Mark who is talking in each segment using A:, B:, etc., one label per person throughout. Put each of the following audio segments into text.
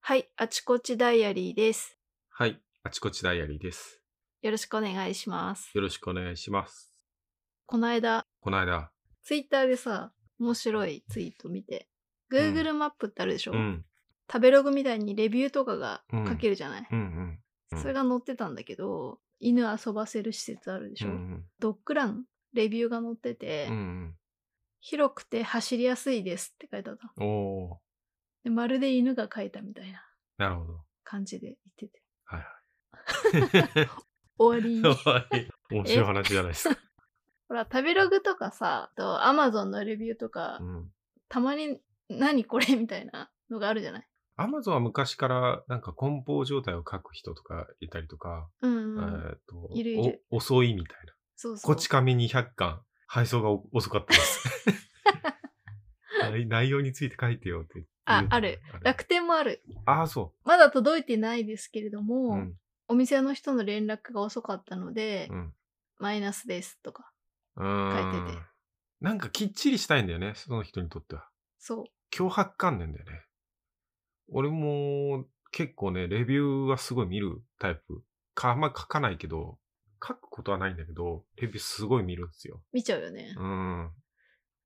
A: はい、あちこちダイアリーです。
B: はい、あちこちダイアリーです。
A: よろしくお願いします。
B: よろしくお願いします。
A: この間、
B: この間、
A: ツイッターでさ、面白いツイート見て、
B: ん
A: Google マップってあるでしょ、
B: うん、
A: 食べログみたいにレビューとかが書けるじゃない、
B: うん、うん。うん
A: それが載ってたんだけど、犬遊ばせる施設あるでし
B: う
A: ょ、
B: ん、
A: ドッグラン、レビューが載ってて、
B: うん、うん
A: 広くて走りやすいですって書いてあった。
B: うん。おー、
A: でまるで犬が書いたみたいな
B: なるほど。
A: 感じで言ってて。
B: は
A: 終わ り。
B: い面白い話じゃないですか。
A: ほら、食べログとかさ、あと Amazon のレビューとか、
B: うん。
A: たまに、何これみたいなのがあるじゃない
B: アマゾンは昔からなんか梱包状態を書く人とかいたりとか、
A: うん
B: え
A: うん、
B: ーっと
A: いるいる
B: お遅いみたいな。
A: そうそう。
B: こち亀200巻、配送がお遅かっ たです。 内内容について書いてよって。
A: あある。楽天もある。
B: ああ、そ
A: まだ届いてないですけれど
B: う。
A: も、
B: うん。
A: お店の人の連絡が遅かったので、
B: うん。
A: マイナスですとか。
B: 書
A: 書いてて。
B: なんかきっちりしたいんだよね、その人にとっては。
A: そう。
B: 脅迫観念だよね。俺も結構ね、レビューはすごい見るタイプ。か、あんま書かないけど、書くことはないんだけど、レビューすごい見るんですよ。
A: 見ちゃうよね
B: う。ん。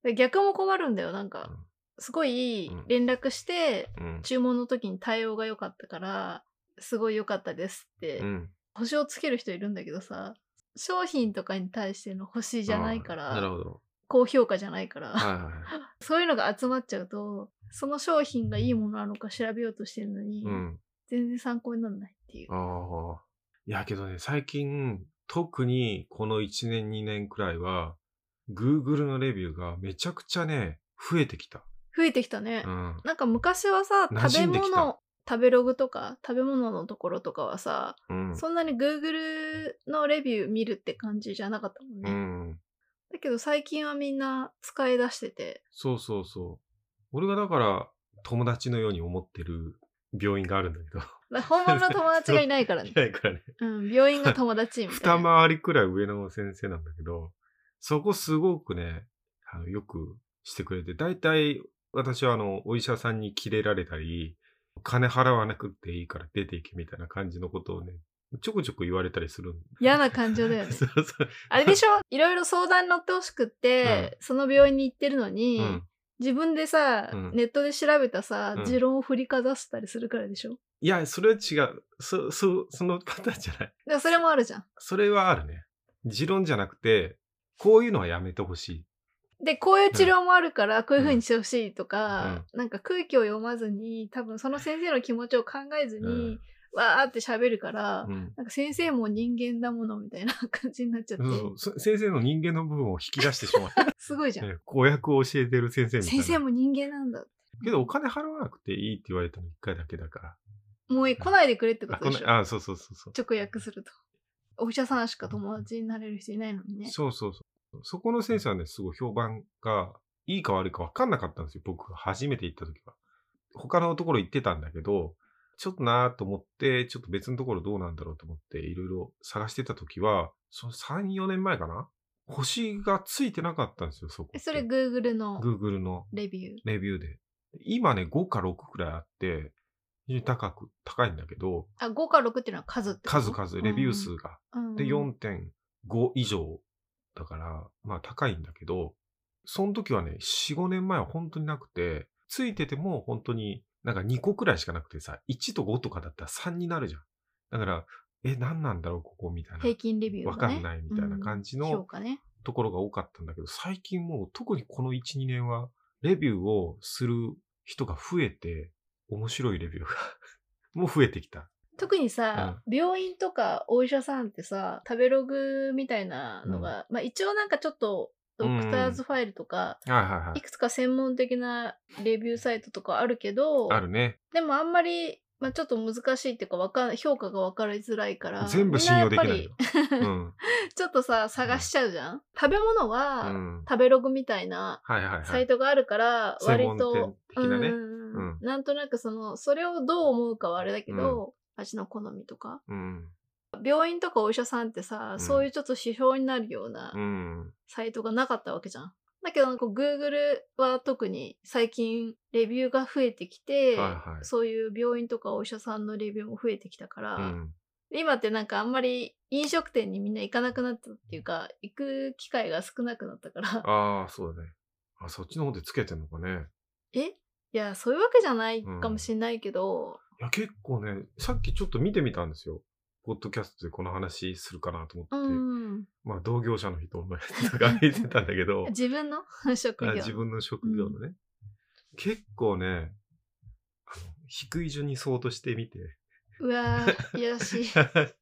A: で逆も困るんだよ。なんか
B: うん、
A: すごい
B: うん
A: 連絡して、
B: うん。
A: 注文の時に対応が良かったから、すごい良かったですって、
B: うん。
A: 星をつける人いるんだけどさ、商品とかに対しての星じゃないか
B: あーなる
A: ら、
B: ほど。
A: 高評価じゃないから、
B: はいはいはい。
A: そういうのが集まっちゃうと、その商品がいいものなのか調べようとしてるのに、
B: うん。
A: 全然参考にならないっていう。
B: ああ。いやけどね、最近、特にこの1年2年くらいは、Google のレビューがめちゃくちゃね、増えてきた。
A: 増えてきたね。
B: うん。
A: なんか昔はさ、
B: 馴
A: 食べ
B: 染んできた
A: 物、食べログとか、食べ物のところとかはさ、
B: うん。
A: そんなに Google のレビュー見るって感じじゃなかったもん
B: う
A: ね。
B: ん。
A: だけど最近はみんな使い出してて、
B: そうそうそう。俺がだから友達のように思ってる病院があるんだけど。。
A: だ本物の友達がいないからね
B: いやからね。
A: うん、病院が友達みたい
B: 二
A: な。
B: 回りくらい上の先生なんだけど、そこすごくね、あのよくしてくれて、大体私はあの、お医者さんにキレられたり、金払わなくていいから出ていけみたいな感じのことをね、ちょこちょこ言われたりするん
A: 嫌な感情だよね。
B: そうそう。
A: あれでしょいろいろ相談に乗ってほしくって、その病院に行ってるのに、
B: うん。
A: 自分でさ、
B: うん
A: ネットで調べたさ、
B: うん
A: 持論を振りかざしたりするからでしょ、
B: いや、それは違う。そ、そ、その方じゃない。
A: でもそれもあるじゃん。
B: それはあるね。持論じゃなくて、こういうのはやめてほしい。
A: で、こういう治療もあるから、こういう風にしてほしいとか、なんか空気を読まずに、多分その先生の気持ちを考えずに、
B: うん
A: わーって喋るから、
B: うん。
A: なんか先生も人間だものみたいな感じになっちゃって、
B: そうそう先生の人間の部分を引き出してしまう。
A: すごいじゃん。
B: ね公約を教えてる先生みたい
A: 先生
B: な。
A: も人間なんだ。
B: けどお金払わなくていいって言われたの一回だけだか
A: もういい来ないでくれってこ
B: ら。あ、
A: と
B: こ
A: で
B: の
A: し、ょ
B: あ、そうそうそうそう。
A: 直訳すると。お医者さんしか友達になれる人いないのにね。
B: そうそうそう。そこの先生はね、すごい評判がいいか悪いか分かんなかったんですよ。僕が初めて行った時は。他のところ行ってたんだけど、ちょっとなーと思って、ちょっと別のところどうなんだろうと思って、いろいろ探してた時は、その3、4年前かな星がついてなかったんですよ、そこっ
A: え
B: て。
A: それ Google の
B: Google の
A: レビュー。
B: レビューで。今ね、5か6くらいあって、非常に高く、高いんだけど、
A: あ、5か6っていうのは数ってこと
B: 数々、レビュー数が。で、。
A: うんうん
B: 4.5以上だから、まあ高いんだけど、その時はね、4、5年前は本当になくて、ついてても本当になんか2個くらいしかなくてさ、1と5とかだったら3になるじゃん。だから、え、何なんだろう、ここみたいな
A: 平均レビュー
B: わ
A: が
B: か
A: ね。
B: んないみたいな感じの
A: うん評価ね。
B: ところが多かったんだけど、最近もう特にこの1、2年は、レビューをする人が増えて、面白いレビューが、 もう増えてきた。
A: 特にさ、病院とかお医者さんってさ、食べログみたいなのが、まあ一応なんかちょっと、ドクターズファイルとか、
B: はいはいはい
A: い。くつか専門的なレビューサイトとかあるけど、
B: あるね。
A: でもあんまり、まあちょっと難しいっていうかわかん、評価が分かりづらいから、
B: 全部信用できない
A: みん
B: よ
A: やっぱり。
B: うん。
A: ちょっとさ、探しちゃうじゃん食べ物
B: う
A: は、
B: ん。
A: 食べログみたいな
B: はいはい
A: サ
B: は
A: イ
B: い。
A: トがあるから、割と、
B: 専門店的なね
A: うんうんうん
B: うん
A: なんとなくその、それをどう思うかはあれだけど、味の好みとか。
B: うん。
A: 病院とかお医者さんってさ、
B: うん
A: そういうちょっと指標になるような
B: うん。
A: サイトがなかったわけじゃん。だけど、こう Google は特に最近レビューが増えてきて、
B: はいはい
A: そういう病院とかお医者さんのレビューも増えてきたから、
B: うん。
A: 今ってなんかあんまり飲食店にみんな行かなくなったっていうか、行く機会が少なくなったから、
B: ああ、そうだね。あ、そっちの方でつけてんのかね。
A: えいや、そういうわけじゃないかもしれないけど、
B: いや、結構ね、さっきちょっと見てみたんですよ。ポッドキャストでこの話するかなと思って、
A: うん、
B: まあ同業者の人のやつが見てたんだけ ど、
A: 自分の職
B: あ
A: 業。
B: 自分の職業のね、結構ね、あの低い順に相当してみて、
A: うわー、いやらしい。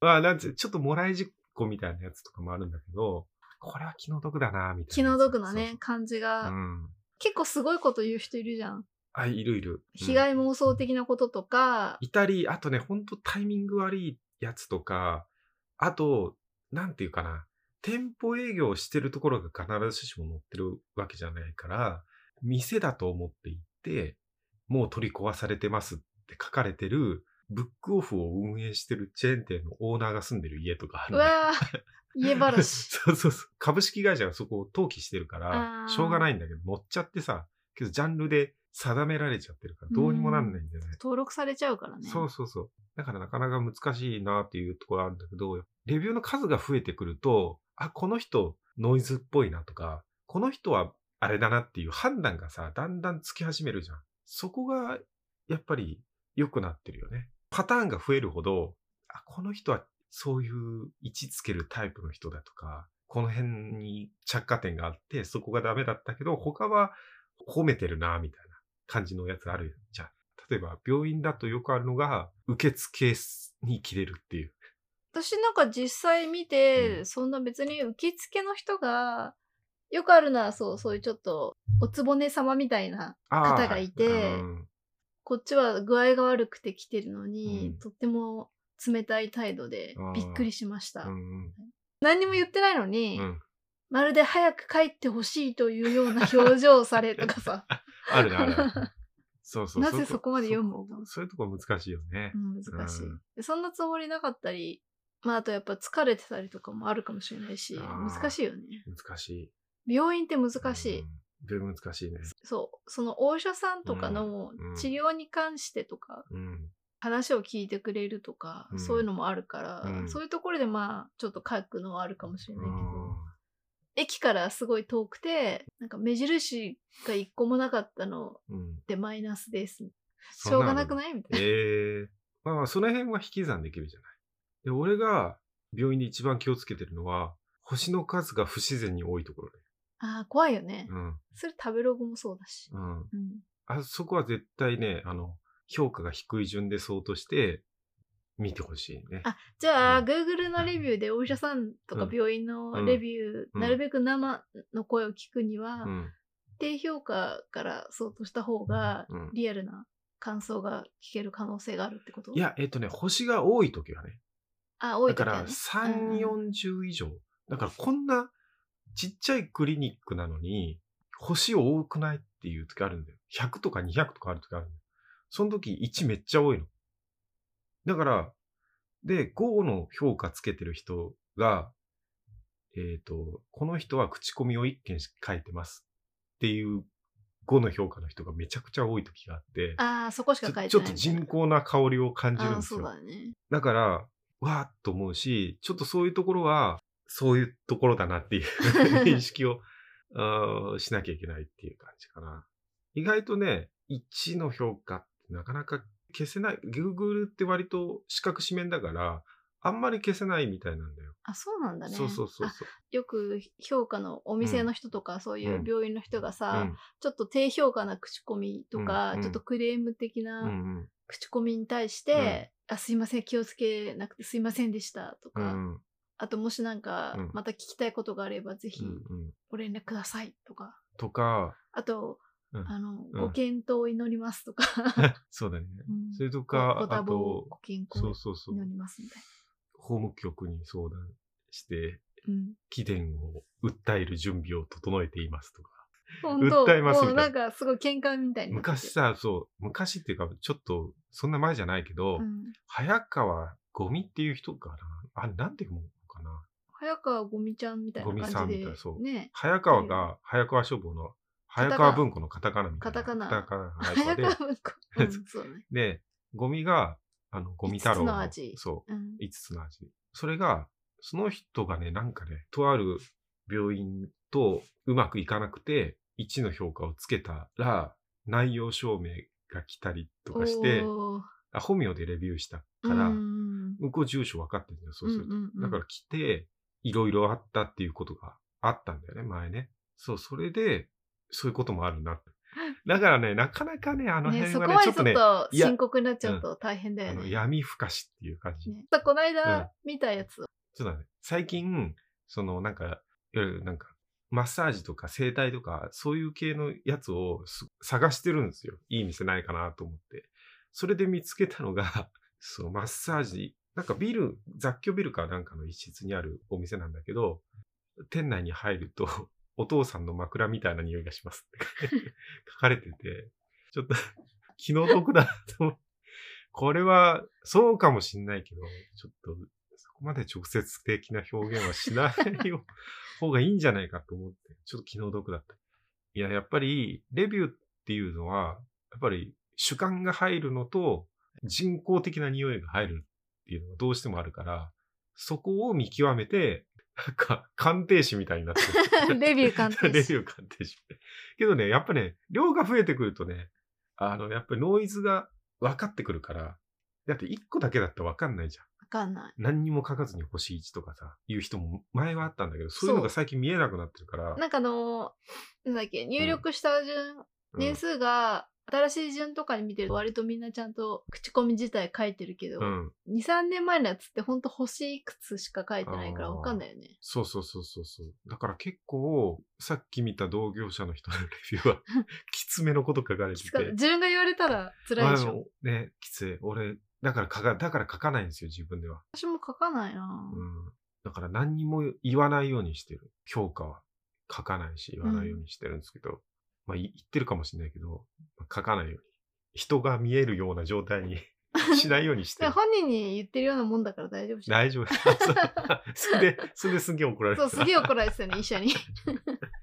B: まあなんつう、ちょっともらい事故みたいなやつとかもあるんだけど、これは気の毒だな、みた
A: 気
B: いなや
A: の
B: つ。
A: 毒な
B: そ
A: ね
B: う、
A: 感じ
B: そう。
A: が、
B: うん。
A: 結構すごいこと言う人いるじゃん。
B: あ、いるいる。うん
A: 被害妄想的なこととか、
B: いたり、あとね、ほんとタイミング悪いやつとか、あと、なんていうかな、店舗営業してるところが必ずしも載ってるわけじゃないから、店だと思って行って、もう取り壊されてますって書かれてる、ブックオフを運営してるチェーン店のオーナーが住んでる家とかある
A: う
B: のよ
A: わー、家ばらし。
B: そうそうそう。株式会社がそこを登記してるか
A: あ
B: ら
A: ー、
B: しょうがないんだけど、乗っちゃってさ、けどジャンルで定められちゃってるから、どうにもなんないんだよね。
A: 登録されちゃうからね。
B: そうそうそう。だからなかなか難しいなっていうところあるんだけど、レビューの数が増えてくると、あ、この人ノイズっぽいなとか、この人はあれだなっていう判断がさ、だんだんつき始めるじゃん。そこがやっぱり良くなってるよね。パターンが増えるほど、あ、この人はそういう位置つけるタイプの人だとか、この辺に着火点があって、そこがダメだったけど、他は褒めてるな、みたいな感じのやつあるじゃん。例えば病院だとよくあるのが受付に切れるっていう。
A: 私なんか実際見て、
B: うん
A: そんな別に受付の人が、よくあるのはそう、そういうちょっと、おつぼね様みたいな、
B: あー
A: 方がいて
B: うん
A: こっちは具合が悪くて来てるのに、
B: うん
A: とっても冷たい態度で
B: あー
A: びっくりしました。
B: うん
A: 何にも言ってないの
B: う
A: に、
B: んうん
A: まるで早く帰ってほしいというような表情をされとかさ、
B: あるねあるあ る。そう そう
A: なぜそこまで読むの
B: そこそういうとこ難しいよね
A: う。ん、難しい、
B: うん
A: でそんなつもりなかったり、まあ、あとやっぱ疲れてたりとかもあるかもしれないし、
B: あー
A: 難しいよね。
B: 難しい。
A: 病院って難しい。
B: うん。病院難しいね。
A: そう、そのお医者さんとかの
B: うんうん
A: 治療に関してとか、
B: うん。
A: 話を聞いてくれるとか、
B: うん
A: そういうのもあるから、
B: うん
A: そういうところでまあ、ちょっと書くのはあるかもしれ
B: う
A: ないけど、
B: ん
A: 駅からすごい遠くて、なんか目印が一個もなかったの
B: うん。
A: でマイナスです。し
B: そ
A: ょ
B: ん
A: うが
B: なの
A: なくないみたいな。
B: ええまあまあ、その辺は引き算できるじゃない。で、俺が病院で一番気をつけてるのは、星の数が不自然に多いところね。
A: ああ、怖いよね。
B: うん。
A: それ食べログもそうだし。
B: う
A: う
B: ん。
A: ん
B: あそこは絶対ね、あの、評価が低い順で相当して見てほしいね。
A: あじゃあ、
B: うん
A: Google のレビューでお医者さんとか
B: うん
A: 病院のレビュー、
B: うん
A: なるべく生の声を聞くには、
B: うん。
A: 低評価から相当した方が、
B: うん。
A: リアルな感想が聞ける可能性があるってこと
B: いや、えっとね、星が多い時はね。
A: あ、多い
B: だ
A: 時
B: か
A: は
B: ら
A: ね
B: 3、
A: うん
B: 40以上。だからこんなちっちゃいクリニックなのに、星を多くないっていう時あるんだよ。100とか200とかある時あるんだよ。その時1めっちゃ多いの。だから、で、5の評価つけてる人が、えっ、と、この人は口コミを1件しか書いてますっていう5の評価の人がめちゃくちゃ多い時があって、
A: ああ、そこしか
B: ち
A: 書
B: ょ
A: いてない
B: ちょっと人工な香りを感じる
A: あ
B: ん
A: あ、
B: です
A: そ
B: よ
A: う。だね。
B: だから、わーっと思うし、ちょっとそういうところは、そういうところだなっ ていう認識をあーしなきゃいけないっていう感じかな。意外とね、1の評価ってなかなか消せない。Google って割と四角四面だから、あんまり消せないみたいなんだよ。
A: あ、そうなんだね。
B: そうそうそう
A: あ
B: そう。
A: よく評価のお店の人とか、そういう病院の人が
B: う
A: さ、
B: ん
A: ちょっと低評価な口コミとか、
B: うんうん
A: ちょっとクレーム的な、
B: うん
A: 口コミに対して、あすいません気をつけなくてすいませんでしたと
B: う
A: か、
B: んうん
A: あともしなんか、
B: うん
A: また聞きたいことがあればぜひ
B: うんうん
A: ご連絡くださいとか
B: と か、
A: あと、
B: うん
A: あの
B: ん
A: ご検討を祈りますとか、
B: そうだね。
A: うん
B: それと
A: ご
B: か、
A: 多
B: あ
A: 忙ご
B: と、
A: 健康
B: そ
A: を
B: うそうそう
A: 祈。りますみたい
B: 法務局に相談して、
A: な。うん
B: 貴殿を訴える準備を整えていますとか。
A: 本当
B: 訴えますみ
A: も
B: た
A: う
B: い
A: な
B: なん
A: かすごい喧嘩みたいになってて
B: 昔、さ、そう、昔っていうか、ちょっと、そんな前じゃないけど、
A: うん、
B: 早川ゴミっていう人かな。あれ、なんていうのかな。
A: 早川ゴミちゃんみたいな
B: ゴミさ
A: 感
B: ん
A: じ
B: み
A: で
B: たいなそう
A: ね
B: 早川が早川消防の
A: カ
B: 早川文庫のカタカナみたいな。
A: カタカナ
B: カタカナ 早
A: 早
B: 川で
A: 川文庫、うん、 そうね、
B: で、ゴミが、あの、ゴミ太郎
A: 五つの味
B: そ
A: うん
B: う、、5つの味。それが、その人がね、なんかね、とある病院とうまくいかなくて、1の評価をつけたら、内容証明が来たりとかして、
A: おー
B: あ本名でレビューしたから、
A: うん
B: 向こう住所分かってるんだよ、そうすると。
A: んんん
B: だから来て、いろいろあったっていうことがあったんだよね、前ね。そう、それで、そういうこともある なって。だからね、なかなかね、あの
A: ね
B: 辺
A: そ
B: は
A: こ
B: ね、
A: ま
B: ちょ
A: で
B: っ
A: ちょ
B: と
A: っと
B: ね、いや
A: 深刻になっちゃうと大変だ
B: あ
A: よ
B: の
A: ね。
B: 闇深しっていう感じ。
A: ね、この
B: うん
A: 間見たや つ、
B: そうだね。最近、その、なんか、いわゆるなんか、マッサージとか整体とか、そういう系のやつをす探してるんですよ。いい店ないかなと思って。それで見つけたのが、 そのマッサージ、なんかビル、雑居ビルかなんかの一室にあるお店なんだけど、店内に入ると、お父さんの枕みたいな匂いがします って書かれてて、ちょっと 気の毒だなと思って。これは、そうかもしんないけど、ちょっと、そこまで直接的な表現はしないよ方がいいんじゃないかと思って、ちょっと気の毒だった。いや、やっぱり、レビューっていうのは、やっぱり主観が入るのと、人工的な匂いが入るっていうのがどうしてもあるから、そこを見極めて、なんか、鑑定士みたいになって る
A: レビュー鑑定士
B: レビュー鑑定士。けどね、やっぱね、量が増えてくるとね、あの、やっぱりノイズが分かってくるから、だって1個だけだったら分かんないじゃん。
A: わかんない。
B: 何にも書かずに星1とかさ、いう人も前はあったんだけど、そういうのが最近見えなくなってるから。
A: なんかあのー、なんだっけ、入力した順、
B: うん
A: 年数が新しい順とかに見てると割とみんなちゃんと口コミ自体書いてるけど、
B: うん。
A: 2、3年前のやつってほんと星いくつしか書いてないからわかんないよね。
B: そうそうそうそうそう。だから結構、さっき見た同業者の人のレビューは、 きつめのこと書かれて
A: きつ
B: て
A: か。自分が言われたら辛いでしょ。
B: あのね、きつい。俺、だから書か、だから書かないんですよ、自分では。
A: 私も書かないな、
B: うん。だから何にも言わないようにしてる。評価は書かないし、言わないようにしてるんですけど。まあ、い言ってるかもしれないけど、まあ書かないように。人が見えるような状 態にしないようにして
A: で
B: る。
A: 本人に言ってるようなもんだから大丈夫じゃん。
B: 大丈夫それで、それですげえ怒られる。
A: そう、すげえ怒られてたね、医者 に。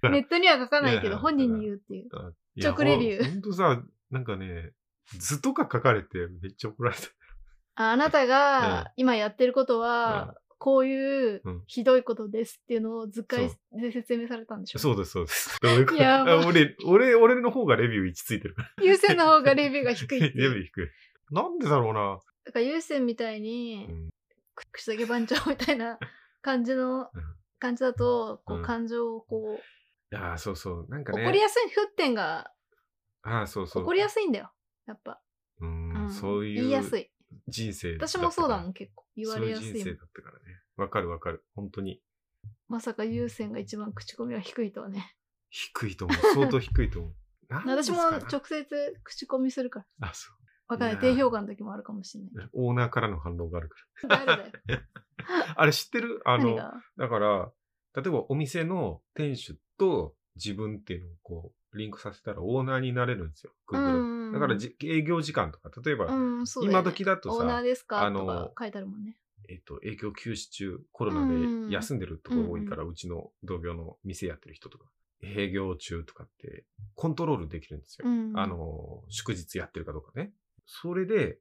A: ネットには書かないけど、本人に言うっていう。
B: いや
A: 直レビュー
B: ほんほんとさ、なんかね、図とか書かれてめっちゃ怒られた。
A: ああなたが今やってること
B: うん
A: は、こういう
B: うん
A: ひどいことですっていうのを図解
B: そ
A: で説明されたんでしょ
B: そうです、そうです。どういうこと
A: いやもう
B: あ俺、俺、俺の方がレビュー1ついてるから。
A: 優先の方がレビューが低い
B: レ
A: っていう
B: ビュー低い。なんでだろうな。
A: だから優先みたいに、
B: うん
A: く口だけ番長みたいな感じの
B: うん
A: 感じだと、こ
B: う
A: うん感情をこ
B: いやーそうそう。なん
A: う、
B: かね。
A: 怒りやすい、沸点が
B: ああ、そうそう。
A: 怒りやすいんだよ。やっぱ。
B: うーん、
A: うん
B: そうい
A: 言いやす
B: う
A: い。
B: 人生った
A: 私もそうだも
B: から
A: ん、結構。言われやすい
B: そういう人
A: もん
B: 生だったからね。わかるわかる。本当に。
A: まさか優先が一番口コミが低いとはね。
B: 低いと 思う。相当低いと思う。なんです
A: 私も
B: かね
A: 直接口コミするから。
B: あ、そう。
A: わかんないい。
B: や
A: 低評価の時もあるかもしれない。
B: オーナーからの反応があるか
A: 誰だよ。
B: ら。あれ知ってるあ
A: 何
B: の、
A: が
B: だから、例えばお店の店主と自分っていうのをこう、リンクさせたらオーナーになれるんですよ。Google
A: うん
B: だからじ営業時間とか、例えば、
A: うん、そうだよね
B: 今時だと
A: オーナー
B: さ、
A: ですか
B: あの
A: とか書いてあるもんね。
B: えっと、営業休止中、コロナで休んでるところ多いから、うちの同業の店やってる人とか、営業中とかってコントロールできるんですよ。
A: うん。
B: あの、祝日やってるかどうかね。それで、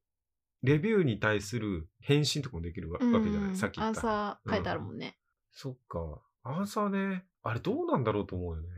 B: レビューに対する返信とかもできるわ
A: うん、
B: わけじゃない、さっき言
A: ア
B: っ
A: ン
B: た。
A: サー書いてあるもんね。
B: そっか。アンサーね。あれどうなんだろうと思うよね。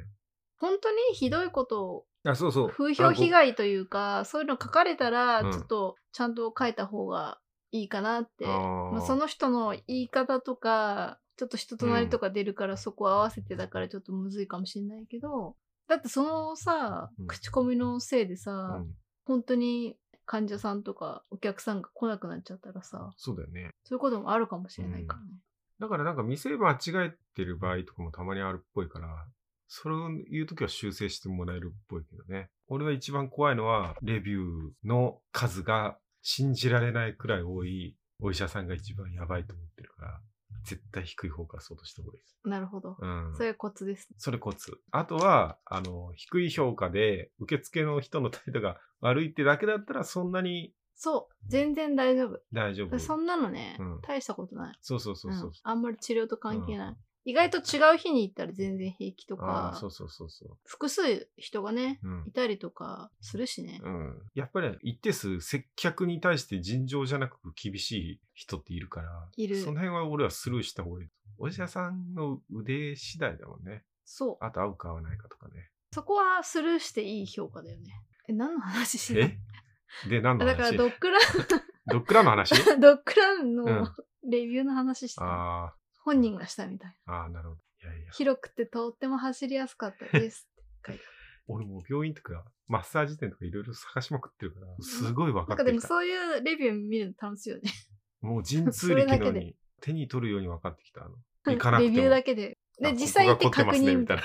A: 本当にひどいことを
B: あ、そうそう。
A: 風評被
B: あ
A: 害というかそういうの書かれたら
B: うん
A: ちょっとちゃんと書いた方がいいかなって、
B: ごあー
A: まあ、その人の言い方とかちょっと人となりとか出るからそこを合わせてだからちょっとむずいかもしれないけどだってそのさ
B: うん
A: 口コミのせいでさ、
B: うん
A: 本当に患者さんとかお客さんが来なくなっちゃったらさ
B: そうだよね。
A: そういうこともあるかもしれないからね。
B: だからなんか店間違えてる場合とかもたまにあるっぽいから、それを言うときは修正してもらえるっぽいけどね。俺は一番怖いのは、レビューの数が信じられないくらい多いお医者さんが一番やばいと思ってるから、絶対低い方からそうとした方がいいです。
A: なるほど。
B: うん。
A: それがコツですね。
B: それコツ。あとは、あの、低い評価で、受付の人の態度が悪いってだけだったら、そんなに
A: そう。全然大丈夫。
B: 大丈夫。
A: そんなのね、
B: うん
A: 大したことない。
B: そうそうそうそう
A: うん。あんまり治療と関係ない。
B: うん
A: 意外と違う日に行ったら全然平気と
B: ああ、そ
A: か
B: う、そうそうそ
A: 複数人がね、
B: う。うん
A: い。たりとかするしね。
B: うん、やっぱり一定数接客に対して尋常じゃなく厳しい人っているから
A: いる
B: その辺は俺はスルーした方がいいお医者さんの腕次第だもんね
A: そう。
B: あと合うか合わないかとか ね
A: そこはスルーしていい評価だよね。え、何の話してた
B: えで何の
A: だから
B: 話
A: ドッグラ
B: ドッグラン の話
A: ン、ドッグラン
B: う
A: の
B: ん
A: レビューの話してた、
B: あ
A: 本人がしたみたいな。
B: ーあーなるほどいやいや
A: 広くてとっても走りやすかったです。
B: 俺もう病院とかマッサージ店とかいろいろ探しまくってるからすごい 分か
A: な
B: っ
A: んか
B: て
A: で
B: き
A: も
B: た
A: そういうレビュー見るの楽しいよね。
B: もう陣痛
A: それだ
B: 力のよ
A: けで
B: うに手に取るように分かってきたあの
A: レ
B: 行かなくても
A: ビューだけで。で、
B: あここが
A: 実際行って
B: 凝
A: 確
B: ますね
A: 認
B: みたい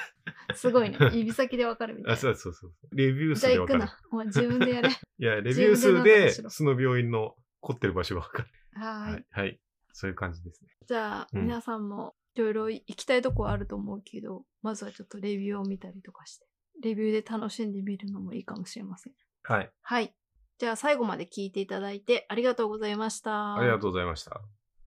B: な
A: すごいね。指先でわかるみたいな。
B: あ
A: じ
B: そうそうそうレビュー数
A: ゃあ
B: で
A: 行く
B: 分かる
A: な。お前自分で やれ。
B: いや、レビュー
A: 自
B: 数
A: 分でなんとか
B: で
A: し、ろ
B: その病院の凝ってる場所が分かる。
A: はーい。。
B: はい。そういう感じですね。
A: じゃあ、
B: うん
A: 皆さんもいろいろ行きたいとこはあると思うけど、まずはちょっとレビューを見たりとかして、レビューで楽しんでみるのもいいかもしれません。
B: はい。
A: はい。じゃあ最後まで聞いていただいてありがとうございました。
B: ありがとうございました。